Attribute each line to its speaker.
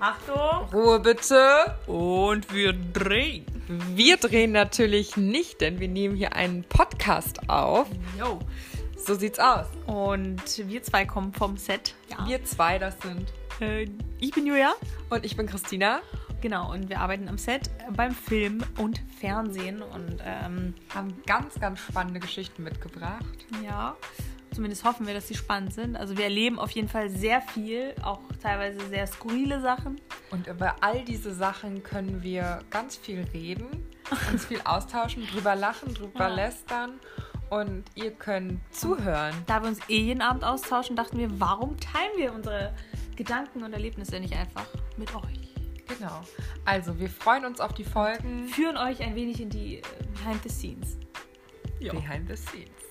Speaker 1: Achtung.
Speaker 2: Ruhe bitte.
Speaker 1: Und wir drehen.
Speaker 2: Wir drehen natürlich nicht, denn wir nehmen hier einen Podcast auf.
Speaker 1: Yo.
Speaker 2: So sieht's aus.
Speaker 1: Und wir zwei kommen vom Set. Ja.
Speaker 2: Wir zwei das sind.
Speaker 1: äh, ich bin Julia.
Speaker 2: Und ich bin Christina.
Speaker 1: Genau, und wir arbeiten am Set äh, beim Film und Fernsehen. Und ähm,
Speaker 2: Haben ganz, ganz spannende Geschichten mitgebracht.
Speaker 1: ja, zumindest hoffen wir, dass die spannend sind. Also wir erleben auf jeden Fall sehr viel, auch teilweise sehr skurrile Sachen.
Speaker 2: Und über all diese Sachen können wir ganz viel reden, uns viel austauschen, drüber lachen, drüber
Speaker 1: Ja.
Speaker 2: lästern. Und ihr könnt zuhören.
Speaker 1: Da wir uns eh jeden Abend austauschen, dachten wir, warum teilen wir unsere Gedanken und Erlebnisse nicht einfach mit euch?
Speaker 2: Genau. Also, wir freuen uns auf die Folgen.
Speaker 1: Führen euch ein wenig in die äh, Behind the Scenes.
Speaker 2: Behind the Scenes.